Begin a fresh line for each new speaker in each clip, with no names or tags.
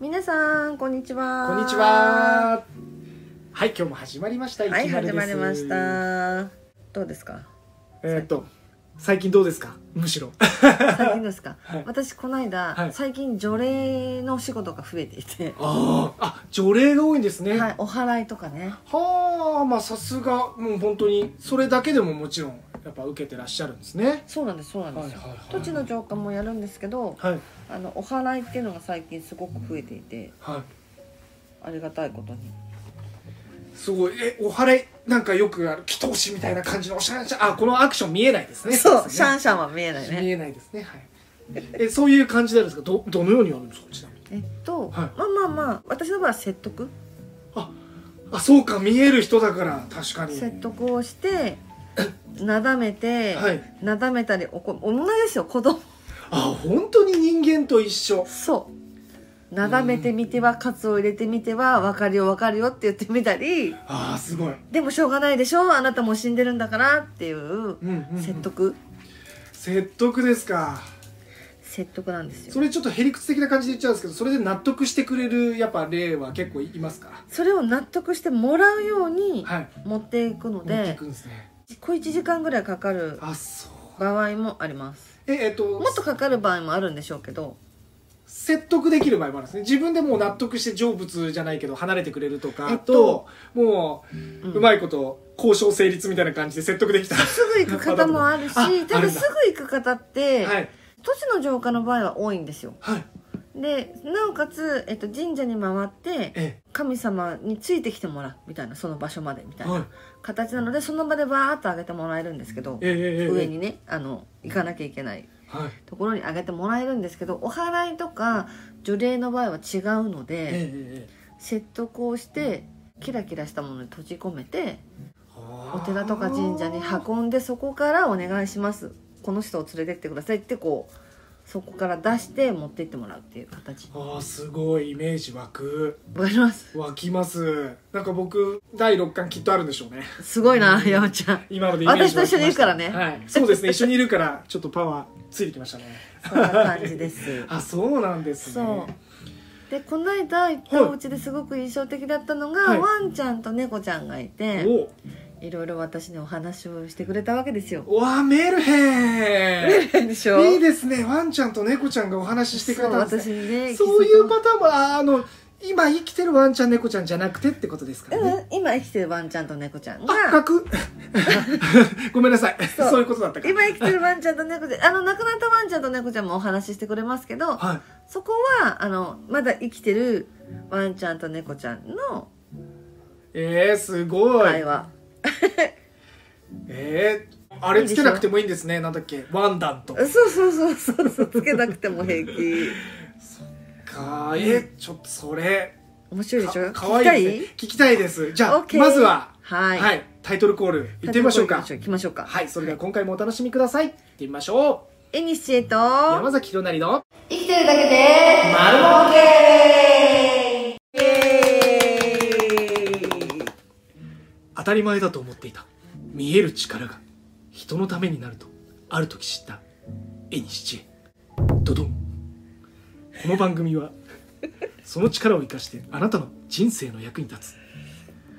皆さんこんにちは
こんにちは。はい、今日も始まりました。
はい
きな
始
りで
ますりまし。たどうですか
えーっと、最近どうですかむしろ。
最近ですか、
はい
私この間、
はい
最近除霊のお仕事が増えていて、
ああ、あ、除霊が多いんですね。
は、
はい
お祓いとかね
あ、まあさすが、もう本当に、それだけでももちろん、やっぱ受けてらっしゃるんですね。
そうなんですそうなんですよ、
はいはいはい
土地の浄化もやるんですけど
はい、
あのお祓いっていうのが最近すごく増えていて
はい。
ありがたいことに
すごい、え、お祓い、なんかよくある、祈祷師みたいな感じのおしゃれな、あ、このアクション見えないですね。
そう、
です
シャ
ね
ンシャンは見えない
見
ね
えないですね。はい。え、そういう感じであるんですかど、どのようにやるんですかちなみに
えっと、
はい
まあまあまあ私の場合は説得
あ、そうか、見える人だから、確かに。
説得をしてなだめて、
はい
なだめたりおこ同じですよ子供
あ本当に人間と一緒
そうなだめてみては喝を入れてみては分かるよ分かるよって言ってみたり
ああすごい、
でもしょうがないでしょあなたもう死んでるんだからっていう
うんうんうん
説得
説得ですか
説得なんです
そ
よ
れちょっとへりくつ的な感じで言っちゃうんですけどそれで納得してくれるやっぱ例は結構いますか
それを納得してもらうように
はい
持っていくの
持ってい
で
くんですね
小1時間ぐらいかかる
あそう
場合もあります
ええっと
もっとかかる場合もあるんでしょうけど
説得できる場合もあるんですね自分でもう納得して成仏じゃないけど離れてくれるとか、
えっ
と
と
もう、う
うん
まいこと交渉成立みたいな感じで説得できたら
すぐ行く方もあるし
ああるんだ
ただすぐ行く方って、
はい
都市の浄化の場合は多いんですよ
はい
でなおかつ、えっと、神社に回って
え
神様についてきてもらうみたいなその場所までみ
え
たい
はい
な形なのでその場でバーッと上げてもらえるんですけど
ええええええ
上にねあの行かなきゃいけない
はい
ところに上げてもらえるんですけどお祓いとか除霊の場合は違うの
えええ
で
えええ
説得をしてキラキラしたものに閉じ込めて
あ
お
ー
寺とか神社に運んでそこからお願いしますこの人を連れてってくださいってこうそこから出して持って行ってもらうっていう形
ああすごいイメージ湧く
わかります
湧きますなんか僕第6巻きっとあるんでしょうね
すごいな山ち ゃん
今のでイメージ湧きまし
私
た
と一緒にいるからね
はいそうですね一緒にいるからちょっとパワーついてきましたね
そんな感じです
あそうなんですね
そうでこの間行ったお家ですごく印象的だったのが、
はい
ワンちゃんと猫ちゃんがいて
お
いろいろ私にお話をしてくれたわけですよ
おわあメルヘン
でしょ
いいですねワンちゃんと猫ちゃんがお話ししてくれたんです
そう
ね
私にね
そういう
気づ
パターンもあーあの今生きてるワンちゃん猫ちゃんじゃなくてってことですからね
うん今生きてるワンちゃんと猫ちゃんが
あ書 くごめんなさい
そう
そういうことだったか
今生きてるワンちゃんと猫ちゃんあの亡くなったワンちゃんと猫ちゃんもお話ししてくれますけど
はい
そこはあのまだ生きてるワンちゃんと猫ちゃんの
えー、すごい
会話
えー、あれつけなくてもいいんですねなんだっけワンダンと
そうそうそうそうそうつけなくても平気
かーえちょっとそれ
面白いでしょ
かかわいいですね聞きたいですじゃあ
OK
まずは
はい
タイトルコール行ってみましょうか
行きましょうか
はいそれでは今回もお楽しみください行ってみましょ
エニシエと
う山崎弘成の
生きてるだけで
丸儲
イ
け
エーイ
当たり前だと思っていた見える力が人のためになるとある時知った絵にしちドドンこの番組はその力を生かしてあなたの人生の役に立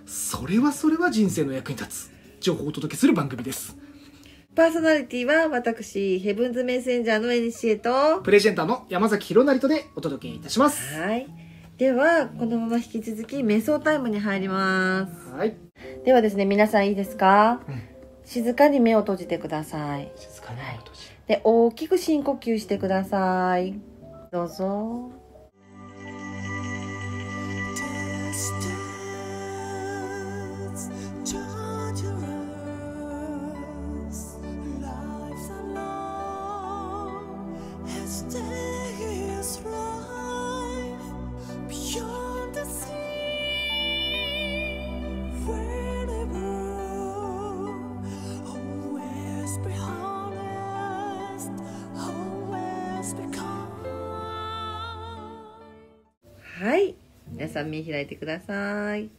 つそれはそれは人生の役に立つ情報をお届けする番組です
パーソナリティは私ヘブンズメッセンジャーのエニシエとは
プレゼンターの山崎弘成とでお届けいたします
いではこのまま引き続き瞑想タイムに入ります
はい
ではですね皆さんいいですか、
うん
静かに目を閉じてください
静かに目を閉じる
で大きく深呼吸してくださいどうぞはい皆さん目開いてください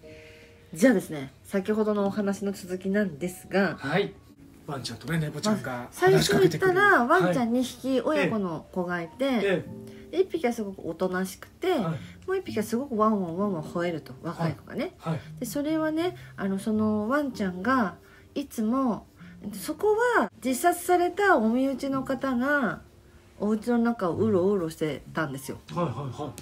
じゃあですね先ほどのお話の続きなんですが
はいワンちゃんとね猫ちゃんが
最初
話しかけ
言って
く
た
れる
らワンちゃ
はい
ん2匹親子の子がいて、
え
一匹はすごくおとなしくて、
はい
もう一匹はすごくワンワンワンワン吠えると若い子がね、
はい
でそれはねあのそのワンちゃんがいつもそこは自殺されたお身内の方がお家の中をうろうろしてたんですよ
はいはいは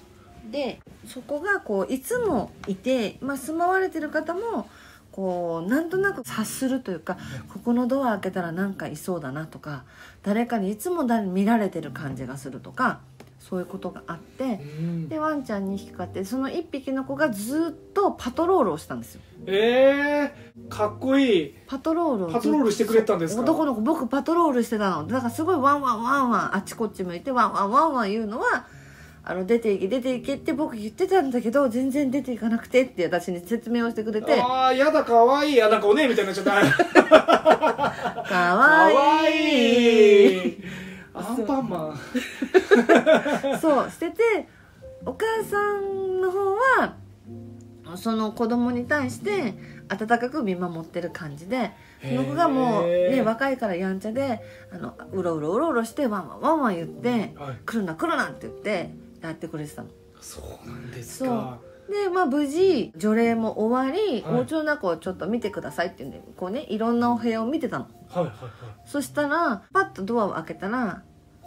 でそこがこういつもいて、まあ、住まわれてる方もこうなんとなく察するというかここのドア開けたらなんかいそうだなとか誰かにいつも誰見られてる感じがするとかそういうことがあっ
いう
て
ん
でワンちゃん2匹飼ってその1匹の子がずっとパトロールをしたんですよ。
えー、かっこいい
パトロールをずっと
パトロールしてくれたんですか
男の子僕パトロールしてたのだからすごいワンワンワンワンあちこち向いてワンワンワンワン言うのはあの出ていけ出ていけって僕言ってたんだけど全然出ていかなくてって私に説明をしてくれて
ああやだかわいいあなんかおねえみたいになっち ゃった
か
か
わいい
わいいアンパンマン
そうしててお母さんの方はその子供に対して温かく見守ってる感じでその子がもう、
へ
ね、
ー
若いからやんちゃであのうろうろうろうろしてワンワンワンワン言って
はい
「来るな来るな」って言ってやってくれてたの。
そうなんですか
で、まあ、無事除霊も終わり、
はい
お家の中をちょっと見てくださいっていうんでこうねいろんなお部屋を見てたの
はいはいはい
そしたらパッとドアを開けたら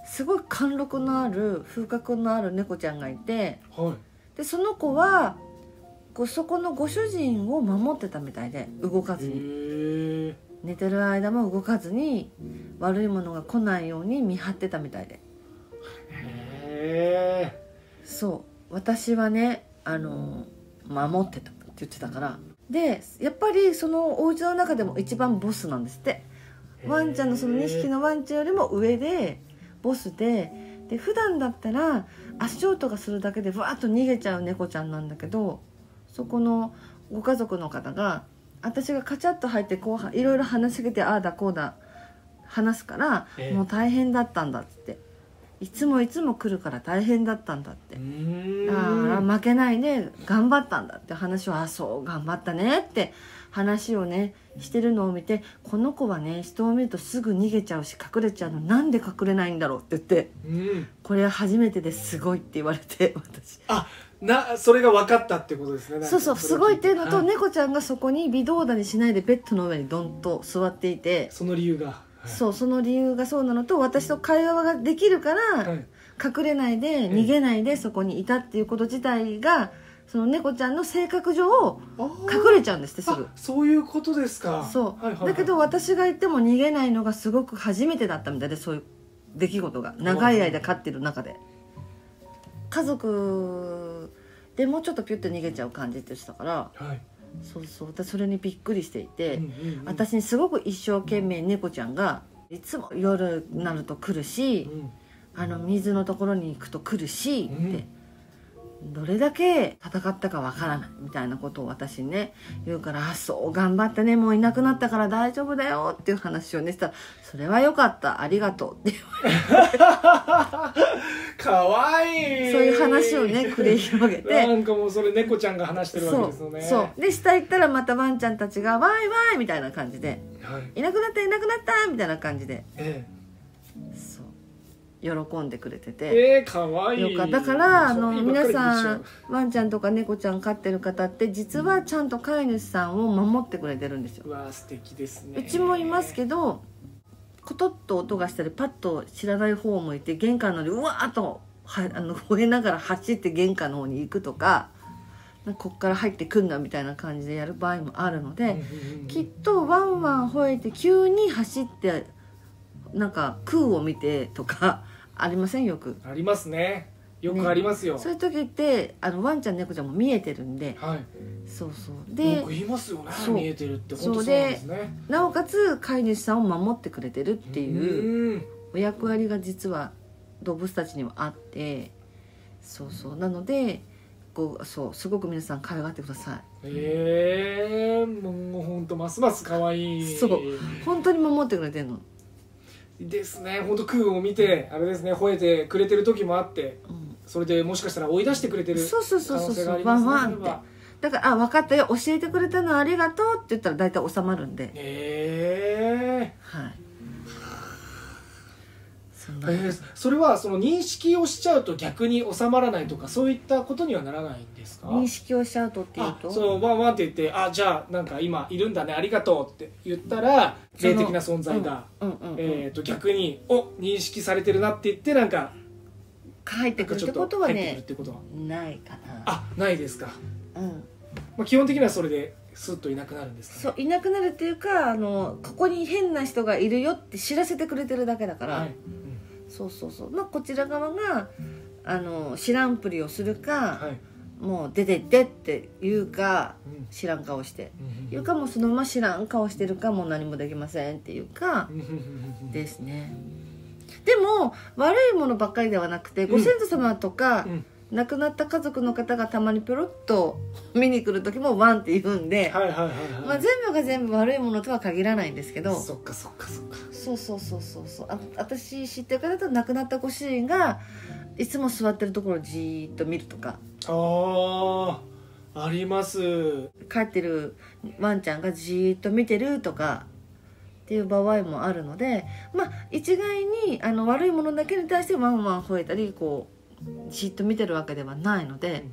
すごい貫禄のある風格のある猫ちゃんがいて
はい
でその子はこうそこのご主人を守ってたみたいで動かずに
へえ
寝てる間も動かずに悪いものが来ないように見張ってたみたいで
へえ
そう私はねあの守ってたって言ってたからでやっぱりそのお家の中でも一番ボスなんですってワンちゃんのその2匹のワンちゃんよりも上でボスでで普段だったら足音がするだけでわーっと逃げちゃう猫ちゃんなんだけどそこのご家族の方が私がカチャッと入ってこういろいろ話しかけてああだこうだ話すから、
ええ
もう大変だったんだっつっていつもいつも来るから大変だったんだって
う。ーん
ああ負けないね頑張ったんだって話を「あそう頑張ったね」って話をねしてるのを見てこの子はね人を見るとすぐ逃げちゃうし隠れちゃうのなんで隠れないんだろうって言って
うん
これは初めてですごいって言われて 私
あなそれが分かったってことですねなんか
そうそう
れ
す
を
ごい
聞
っていうのと
はい
猫ちゃんがそこに微動だにしないでベッドの上にドンと座っていて
その理由がはい
そうその理由がそうなのと私と会話ができるから、
はい
隠れないで逃げないでそこにいたっていうこと自体がその猫ちゃんの性格上
あー
隠れちゃうんですってすぐ
あそういうことですか
そ
はいはいうはい
だけど私が行っても逃げないのがすごく初めてだったみたいでそういう出来事が長い間飼ってる中で家族でもうちょっとピュッと逃げちゃう感じってしたから
はい
そうそうでそれにびっくりしていて、
うんうんうん
私にすごく一生懸命猫ちゃんがいつも夜になると来るし、
うん
あの水のところに行くと来るし、
うん
ってどれだけ戦ったかわからないみたいなことを私にね言うから「あそう頑張ってねもういなくなったから大丈夫だよ」っていう話をねしたら「それはよかったありがとう」っていう
かわいい
そういう話を ね繰り広げ
な
て。
んかもうそれ猫ちゃんが話してるわ
そ
けですよ
う
ね
そうで下行ったらまたワンちゃんたちが「わーいわーい」みたいな感じで
は
「
い
いなくなったいなくなった」みたいな感じで
え
そう喜んでくれてて
えええかわいい
よかっただからあの
そう今
皆
から
さん
聞いち
ワンちゃんとか猫ちゃん飼ってる方って実はちゃんと飼い主さんを守ってくれてるんですよ
ゃううわ素敵ですね
うちもいますけどコトッと音がしたりパッと知らない方を向いて玄関のでうわーっとはあの吠えながら走って玄関の方に行くとかなんかこっから入ってくんなみたいな感じでやる場合もあるの
うん
で、
うんうん
きっとワンワン吠えて急に走ってなんか空を見てとかありませんよく。
ありますねよくありますよ、
そういう時ってあのワンちゃん猫ちゃんも見えてるんで
はい
そうそう
よ
で
く言いますよね
そう
見えてるって本当そうなんですね
なおかつ飼い主さんを守ってくれてるっていう
うん
お役割が実は動物たちにはあってそうそうなのでこうそうすごく皆さん可愛がってくださ
ええもう本当ますます可愛い
そうい本当に守ってくれてるの、
ですね本当空を見てあれですね吠えてくれてる時もあって
うん、
それでもしかしたら追い出してくれてる
そうそうそうそうそう、ワン
可能性が
ワ
あ
ン
り
っ
ますね
てだから「あ分かったよ教えてくれたのありがとう」って言ったら大体収まるんで
ええ
はいそんな、
えーそれはその認識をしちゃうと逆に収まらないとかそういったことにはならないんですか
認識をしちゃうとっていう
あ
と
そのワンワンって言って「あじゃあなんか今いるんだねありがとう」って言ったら
その
霊的な存在だ、
うんうんうん
えー、と逆に「お認識されてるな」って言ってなんか
入って
なん
くるっ
かちょ
て
っ
こととは
入ってくる
ね
ってことは
ないかな
あないですか、
うん
まあ、基本的にはそれでスッといなくなるんですか、
そういなくなるっていうかあのここに変な人がいるよって知らせてくれてるだけだから、
はいうん
そうそうそう、まあ、こちら側があの知らんぷりをするか、
はい
もう出てってって言うか
うん
知らん顔して
うん
言うかもうそのまま知らん顔してるかもう何もできませんっていうか
うんうんうん
ですねでも悪いものばっかりではなくて
ん
ご先祖様とか
うん
亡くなった家族の方がたまにぴょろっと見に来る時もワンって言うんで、
はいはいはいはい、
まあ、全部が全部悪いものとは限らないんですけど
そっかそっかそっか
そうそうそうそうそうあ私知ってる方だと亡くなったご主人がいつも座ってるところをじーっと見るとか
あああります
帰ってるワンちゃんがじーっと見てるとかっていう場合もあるのでまあ一概にあの悪いものだけに対してワンワン吠えたりこうじーっと見てるわけではないので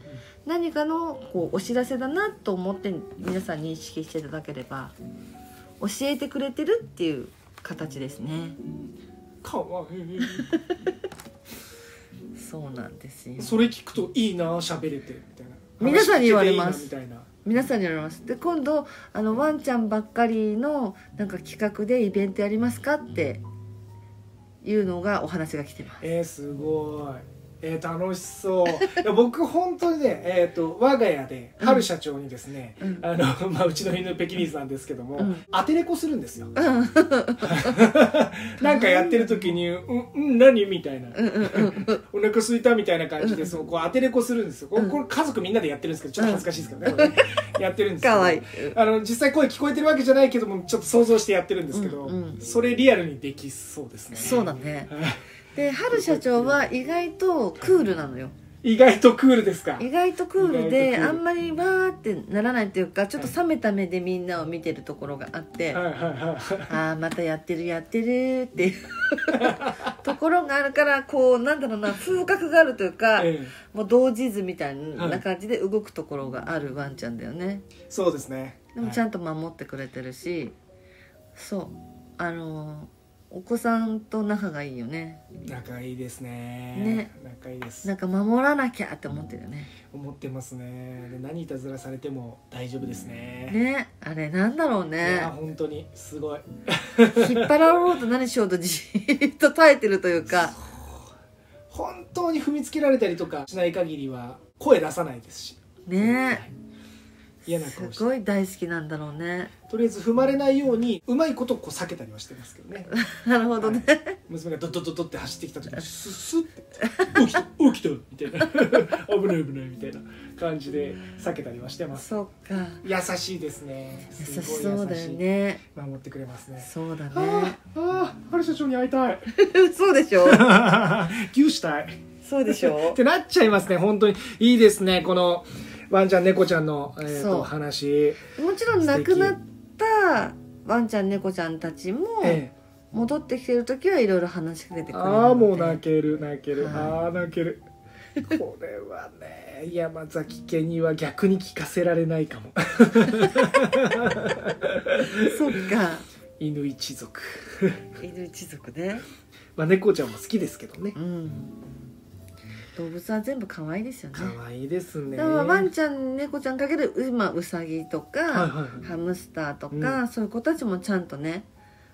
何かのこうお知らせだなと思って皆さん認識していただければ教えてくれてるっていう形ですね
かわいい
そうなんですよ
それ聞くといいな喋れてみたいな
皆さんに言われます
話聞けていいなみ
皆さんに言われますで今度あのワンちゃんばっかりのなんか企画でイベントやりますかっていうのがお話が来てます
たいなえー、すごいえー、楽しそういや僕本当にねえっ、と我が家で春社長にですね、
うん
あのまあ、うちの犬ペキニーズなんですけども、
うん
アテレコするんですよ なんかやってる時に「うん、うん、何?」みたいな「お腹すいた」みたいな感じでそうこうアテレコするんですよこれこれ家族みんなでやってるんですけどちょっと恥ずかしいですけどねこれ ねやってるんですけど
かわいい
あの実際声聞こえてるわけじゃないけどもちょっと想像してやってるんですけど、
うんうん
それリアルにできそうですね
そうだねで春社長は意外とクールなのよ
意外とクールですか
意外とクール
意外とク
で
ール
あんまりわーってならないっていうかちょっと冷めた目でみんなを見てるところがあって、
はいはいはい
ああまたやってるやってるっていう ところがあるからこうなんだろうな風格があるというか、
え
もう同時図みたい
は
ない感じで動くところがあるワンちゃんだよね、
えそうですね
でもちゃ
ん
んと守ってくれてるし、そうあのお子さんと仲がいいよね
仲いいですね
ね
仲いいです
なんか守らなきゃって思ってるよね
思ってますねで何いたずらされても大丈夫ですね
ねあれなんだろう
いや
ね
本当にすごい
引っ張られようと何しようとじーっと耐えてるというか
本当に踏みつけられたりとかしない限りは声出さないですし
ね
嫌な
す
顔して
ごい大好きなんだろうね
とりあえず踏まれないようにうまいことこう避けたりはしてますけどね
なるほどね、
はい娘がドドドドって走ってき た時にスッスッって「起きた起きた」みたいな 「危ない危ない」みたいな感じで避けたりはしてます
そうか
優しいですね
優
す
し
ごい
そうだよね
守ってくれますね
そうだね
あーあー春社長に会いたい
そうでしょ
牛したい
そうでしょ
ってなっちゃいますね本当にいいですねこのワンちゃん猫ちゃんの、えー、
そう
と話
もちろん亡くなったワンちゃん猫ちゃんたちも
ええ
戻ってきてる時はいろいろ話しかけてくれるので
ああもう泣ける泣ける、
はい
ああ泣けるこれはね山崎家には逆に聞かせられないかも
そっ か
犬一族
犬一族ね
まあ猫ちゃんも好きですけどね
うん動物は全部可愛いですよね
可愛いですね
だからワンちゃん猫ちゃんかけるう,、まあ、うさぎとか、
はいはい
ハムスターとか、
う
そういう子たちもちゃんとね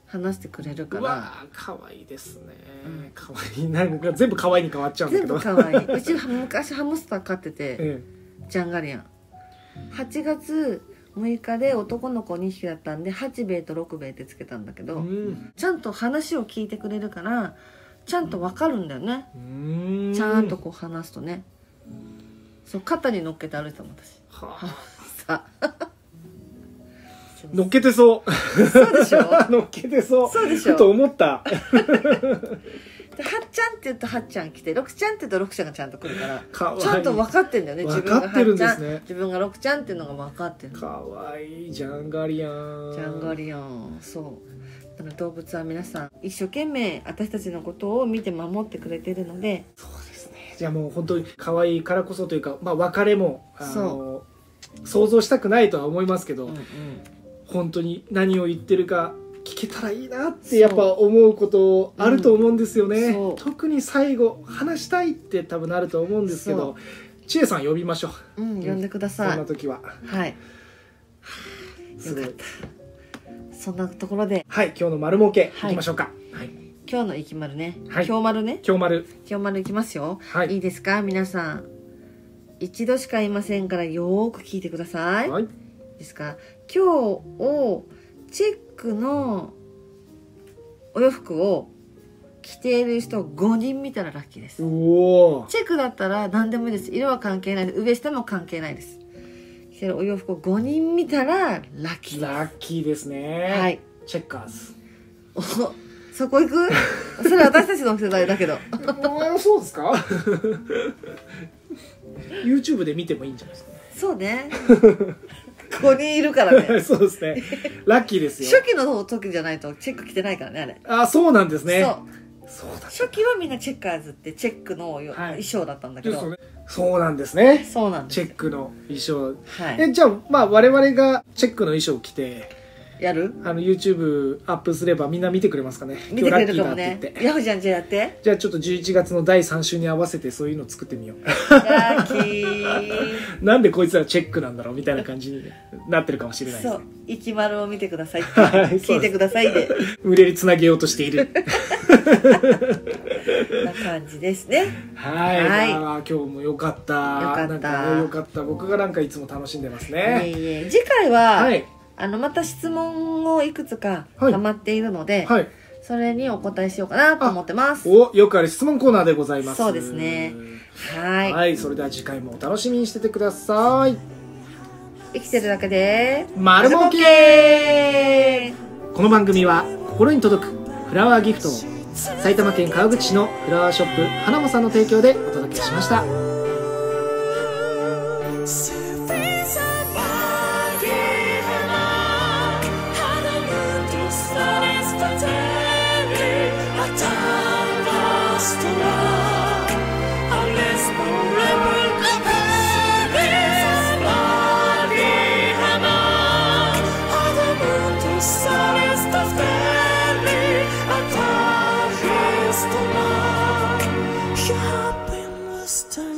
話してくれるか
う
ら
わー可愛いですね
うん
可愛いなんか全部可愛いに変わっちゃうんだけ
全
ど
部可愛いうち昔ハムスター飼ってて、
え
ジャンガリアン8月6日で男の子2匹だったんで8兵衛と6兵衛ってつけたんだけ
え
ど、
うん
ちゃんと話を聞いてくれるからちゃんとわかるんだよね、
うん
ちゃんとこう話すとねそう肩に乗っけて歩いてたもん私
はあ
さ
乗っけてそ う
そうでしょ
乗っけてそう
そうでしょ
ふと思った
ではっちゃんって言うとはっちゃん来てろくちゃんって言うとろくちゃんがちゃんと来るから
可愛い
ちゃんと分かってんだよね自分がは
分かってるん
っち
で
ゃ
す
ん、
ね
自分がろくちゃんっていうのが分かってる
可愛いジャンガリアン
ジャンガリアンそうあの動物は皆さん一生懸命私たちのことを見て守ってくれてるので
そうですねじゃあもう本当に可愛いからこそというか、まあ、別れもあの想像したくないとは思いますけ
う
ど、
んうん
本当に何を言ってるか聞けたらいいなってやっぱ思うことあると思うんですよ
うん
ね、
そう
特に最後話したいって多分なると思うんですけど千恵さん呼びましょう
うん、呼んでくだ
そ
さ
ん
い
な時は
はい
す
よ
ご
かっ
い
たそんなところで
はい今日の丸儲け
はい
いきましょうかはい、
今日の「いきまるね」
はい
今日丸ね
今日丸
今日丸いきますよ
はいい
いですか皆さん一度しかいませんからよーく聞いてください、
はい
ですか今日をチェックのお洋服を着ている人5人見たらラッキーです
おおー
チェックだったら何でもいいです色は関係ないです上下も関係ないです着てるお洋服を5人見たらラッキー
ラッキーですね
はい
チェッカーズ
おそこ行くそれ私たちの世代だけど
あそうですか YouTube で見てもいいんじゃないですか
そうね5人いるからね
そうですねラッキーですよ
初期の時じゃないとチェック着てないからねあれ
あそうなんですね
そう
そうだ
初期はみんなチェッカーズってチェックのよ、
は
衣
い
装だったんだけ
で
ど
すよねそうなんですね
そうなんです
チ
よ
ェックの衣装
は
えじゃあまあ我々がチェックの衣装を着て
いやる
あの YouTube アップすればみんな見てくれますかね
見てくれ
今
る
日ラ
か
ッキーだ
もね
って言って
ヤホちゃんじゃあや って
じゃあちょっと11月の第3週に合わせてそういうの作ってみよ う
ラッキー
なんでこいつらチェックなんだろうみたいな感じになってるかもしれないで
そう
すね
「いきまるを見てください」って
はいそうです
聞いてください」で
無理やりつなげようとしてい る
な感じですね
はい、
はい
まあ今日もよかったよ
かった
なんか、ね、よかった僕がなんかいつも楽しんでます
いえ
ね
いえ次回は、
はい
あのまた質問をいくつか
はい
溜まっているので、
はい
それにお答えしようかなと思ってます
およくある質問コーナーでございます
そうですねはい
はい、それでは次回もお楽しみにしててください。
生きてるだけで
丸儲けこの番組は心に届くフラワーギフトを埼玉県川口市のフラワーショップ花もさんの提供でお届けしました。
Your heart been was turned